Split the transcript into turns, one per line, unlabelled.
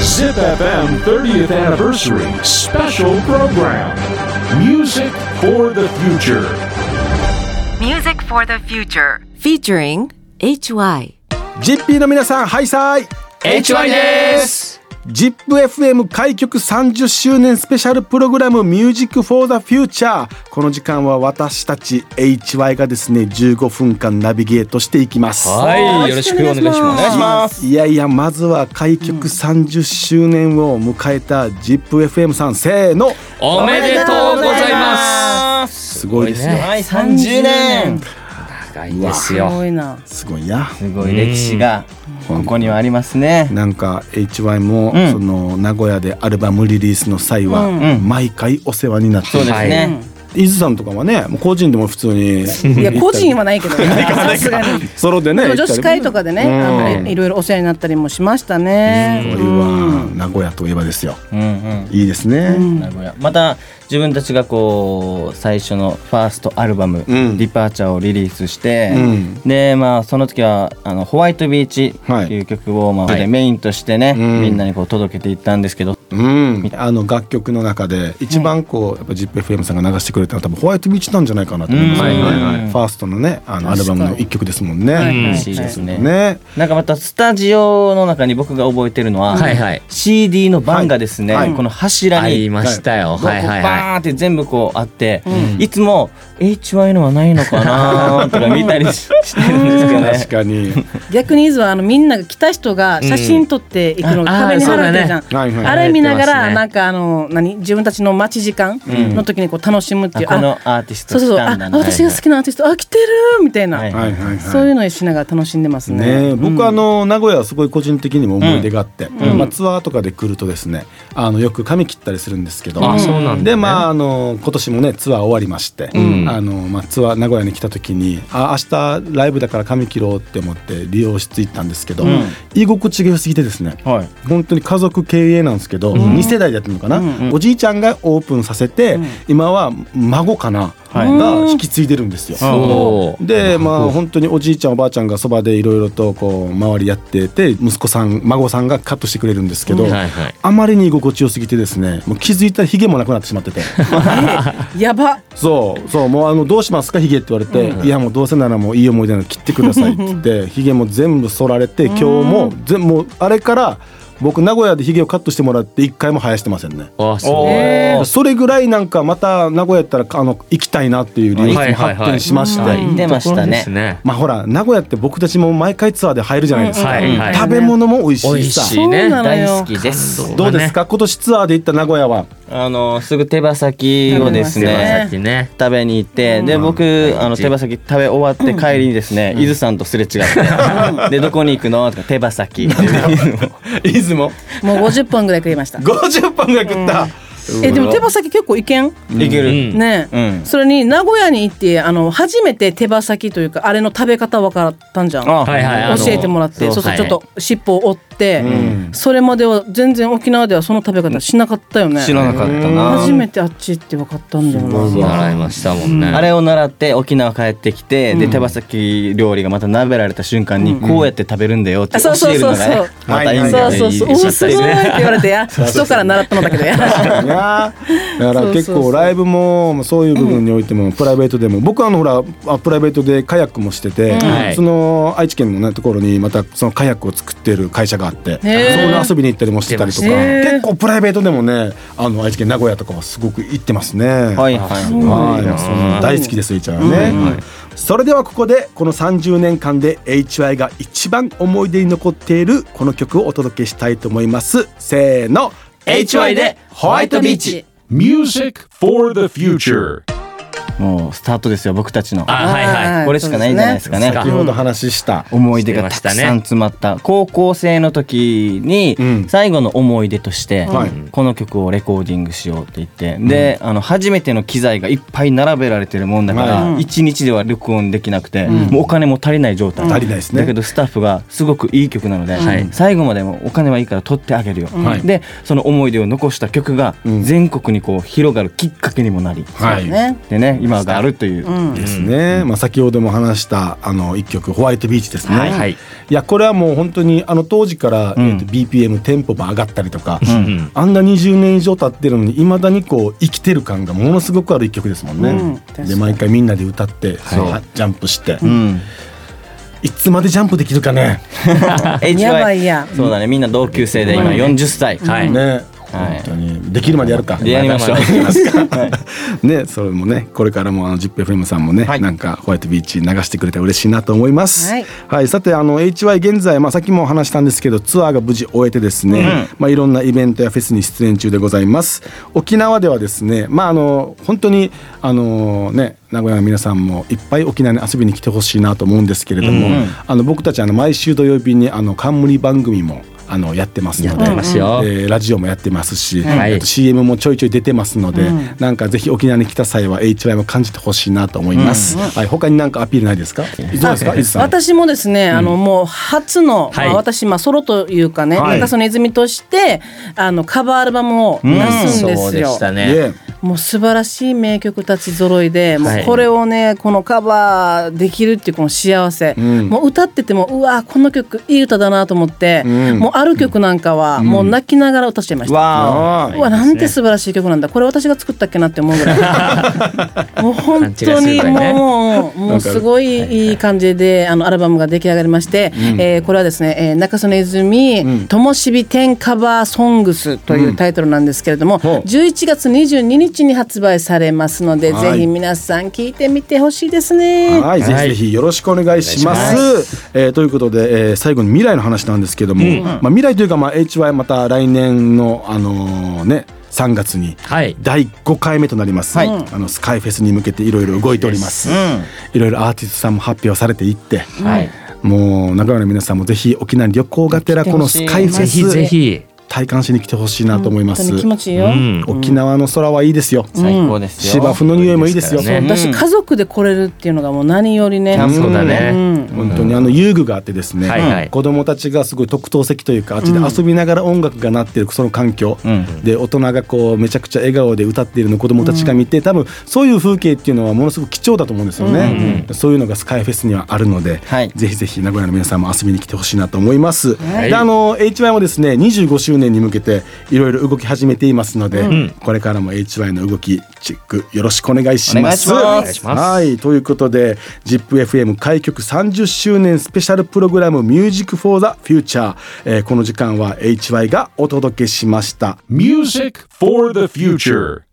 Zip FM 30th Anniversary Special Program Music for the Future.
Music for the Future featuring HY
GP の皆さんハイサイ
HY です
ZIPFM 開局30周年スペシャルプログラム Music for the Future この時間は私たち HY がですね15分間ナビゲートしていきます
はいよろしくお願いしますお願いします
いやいやまずは開局30周年を迎えた ZIPFM さんせーの
おめでとうございます
すごいですね
はい30年
長いですよ
ごいな
すごいや
すごい歴史がここにはありますね
なんか HY も、
ん
その名古屋でアルバムリリースの際は、毎回お世話になって
そうです
る
ね
伊豆さんとかはねもう個人でも普通 に
いや個人はないけどねさすがに
ソロでね
でも女子会とかでねあ
うん
のいろいろお世話になったりもしましたね
これは名古屋といえばですよ
うんうん
いいですね、
名古屋また自分たちがこう最初のファーストアルバム「
うん
ディパーチャー」をリリースして、
ん
でまあその時は「あのホワイトビーチ」っていう曲をまあ
はい
メインとしてね、
ん
みんなにこう届けていったんですけど、
うん、あの楽曲の中で一番こうやっぱ ZIPFM さんが流してくれたのは多分ホワイトビーチなんじゃないかなと思いますよね、
うんはいはい
ファーストのねあのアルバムの一曲ですもんね、
はい
嬉しいですね。
ね
なんかまたスタジオの中に僕が覚えてるのは、
はいはい
CD の番がですね、
はい
この柱
あり
に
ましたよ
こう
はいはいは
バーンって全部こうあって、いつも HYN はないのかなとか見たりししてるんですけどね
確。かに
逆にいずはあのみんなが来た人が写真撮っていくのが
うんあ
壁に貼られてるじゃ
あー
そうだねはいはい
ん。あれ見なが
やってます
ら
ね
なんかあの何自分たちの待ち時間の時にこう楽しむっていう。
あこの
あ
アーティスト
そうそう
来
そう。
た
あ
んだな
私が好きなアーティストあ来てるみたい
はい
な。
はいはいはい
そういうのをしながら楽しんでます
ね
ね。
僕あの名古屋はすごい個人的にも思い出があって、まあ、ツアーとかで来るとですねあのよく髪切ったりするんですけど、
あそうなんだね
でまああの今年もねツアー終わりまして、
ん
あのまあ、ツアー名古屋に来た時にあ明日ライブだから髪切ろうって思って利用室行ったんですけど、居心地が良すぎてですね、
はい
本当に家族経営なんですけど、2世代でやってるのかな、おじいちゃんがオープンさせて、今は孫かな、が引き継いでるんですよ。
そう
でまあ本当におじいちゃんおばあちゃんがそばでいろいろとこう周りやってて息子さん孫さんがカットしてくれるんですけど、
はいはい
あまりに居心地よすぎてですねもう気づいたらヒゲもなくなってしま ってて
やば。
そうそうもうあのどうしますかヒゲって言われて、いやもうどうせならもういい思い出なので切ってくださいって言ってヒゲも全部剃られて今日も全もうあれから僕名古屋でヒゲをカットしてもらって一回も生やしてませんね。
あそう
それぐらいなんかまた名古屋やったらあの行きたいなっていう理由
はい
も
はいはい
発展しまして、
行ってました
で
ね
す。ね
まあほら名古屋って僕たちも毎回ツアーで入るじゃないですか、
うんはいはい
食べ物も美味し
美味
いしさ
し
そ
いうね
なの
大
よ
好。きです。
そう
どうですか今年ツアーで行った名古屋は
あのすぐ手羽先をです
手羽
ね。
先ね
食べに行って、で僕あの手羽先食べ終わって帰りにですね、伊豆さんとすれ違って、でどこに行くのとか手羽先っていうのを
出雲
もう50本ぐらい食いました。
50本ぐらい食った、
えでも手羽先結構いけん。
いける。
ね、
うん
それに名古屋に行ってあの初めて手羽先というかあれの食べ方分かったんじゃん
あ
はいはいあの
教えてもらってそうそう
はい
ちょっと尻尾を折って、それまでは全然沖縄ではその食べ方しなかったよね
知らなかったな。
初めてあっち行って分かったんだよな
習いましたもんね
あれを習って沖縄帰ってきて、で手羽先料理がまた鍋られた瞬間にこうやって食べるんだよって
あ
教
そうそう
える
そ
の
う
が
そう
ねまたいいんだ
そ
よ
う
ね。
そうそ
いい
うお
いい
ーすごいって言われてや人から習ったのだけどや
いやーだから結構ライブもそういう部分においてもプライベートでも僕あのほらあプライベートでカヤックもしてて、
はい
その愛知県のねところにまたそのカヤックを作ってる会社があってそこに
ー
遊びに行ったりもしてたりとか
へ
ー
結構プライベートでもねあの愛知県名古屋とかはすごく行ってますね。
はいはい。
はい、その大好きです、いちゃんはね、それではここでこの30年間で HY が一番思い出に残っているこの曲をお届けしたいと思いますせーの
HY で
ホワイトビーチ
Music for the Future.
もうスタートですよ僕たちの。
あはいはい
い
これしかないんじゃないですかね。
先ほど話した、
思い出がたくさん詰まった高校生の時に
うん
最後の思い出として
はい
この曲をレコーディングしようって言ってであの初めての機材がいっぱい並べられてるもんだか
は
ら1日では録音できなくてもうお金も足りない状態
足りないですね
だけどスタッフがすごくいい曲なので最後までもお金はいいから取ってあげるよ
はい
でその思い出を残した曲が
うん
全国にこう広がるきっかけにもなり
はい
ね
でね今があるという、
ですね、まあ、先ほども話したあの一曲「ホワイトビーチ」ですね、
はいはい
いやこれはもう本当にあの当時から、えーと BPM テンポも上がったりとか、
ん
あんな20年以上経ってるのにいまだにこう生きてる感がものすごくある一曲ですもんね、
うん確かに
で毎回みんなで歌って、
はい
ジャンプして、
うん、
いつまでジャンプできるかね
HY
やばいやん
そうだねみんな同級生で今40歳、
はい
ね、
はい
本当にできるまでやるか
でやりましょう
まだまだ
ね、それもねこれからもあの ZIPFM さんもね、
はい
なんかホワイトビーチ流してくれたら嬉しいなと思います。は
はいい、
さてあの HY 現在、まあ、さっきもお話したんですけどツアーが無事終えてですね、まあ、いろんなイベントやフェスに出演中でございます。沖縄ではですね、まあ、あの本当にあの、ね、名古屋の皆さんもいっぱい沖縄に遊びに来てほしいなと思うんですけれども、あの僕たちあの毎週土曜日にあの冠番組もあのやってますので
やってますよ
えーラジオもやってますし、
はい
あと CM もちょいちょい出てますので、なんかぜひ沖縄に来た際は HY も感じてほしいなと思います、はい、他になんかアピールないですかどうですか伊豆さん
私もですね、あのもう初の、
はい
まあ私まあソロというかね、
はい
中曽根泉としてあのカバーアルバムを出すんで
そう
す
で
よ
し。た
いえ
ね。
もう素晴らしい名曲たち揃いで、
はい
もうこれをねこのカバーできるっていうこの幸せ、
ん
もう歌っててもうわーこの曲いい歌だなと思って、
ん
もうある曲なんかは、もう泣きながら歌っちゃいました。
わ
あ
うわなんて素晴らしい曲なんだこれ私が作ったっけなって思うぐら いもう本当
勘違いする
に
ぐらいね
もうもうすごいいい感じであのアルバムが出来上がりまして、えーこれはですね、えー中曽根泉「ともしび天カバーソングス」というタイトルなんですけれども、
ほう
11月22日に発売されますので、
はい
ぜひ皆さん聴いてみてほしいですね。
はい、ぜひぜひよろしくお願いします。えーということで、えー最後に未来の話なんですけども、まあ、未来というか、まあ、HY また来年の、あのーね3月に
はい
第5回目となります、あのスカイフェスに向けていろいろ動いております、いろいろアーティストさんも発表されていって、
はい。
もう中川の皆さんもぜひ沖縄に旅行がてらこのスカイフェ
ぜひぜ
ス
ひ。
体感しに来てほしいなと思いま
本当
す、
に気持ちいい
う
よ、
ん。
沖縄の空はいいですよ、
ー最高ですよ
芝生の匂いもいいですよ
そうですからね
私家族で来れるっていうのがもう何よりね。
キャンプだ
う
ね。
ん
本当にあの遊具があってですね、
はいはい
子供たちがすごい特等席というかあっちで遊びながら音楽が鳴ってるその環境、で大人がこうめちゃくちゃ笑顔で歌っているのを子供たちが見て多分そういう風景っていうのはものすごく貴重だと思うんですよね、そういうのがスカイフェスにはあるので、
はい
ぜひぜひ名古屋の皆さんも遊びに来てほしいなと思います、
い
であの HY もですね25周年に向けていろいろ動き始めていますので、これからも HY の動きチェックよろしくお願いします
お願いし
お
ます
願いしま
は
す
いということで ZIPFM 開局30周年スペシャルプログラム「Music for the Future、えーこの時間は HY がお届けしました
Music for the future.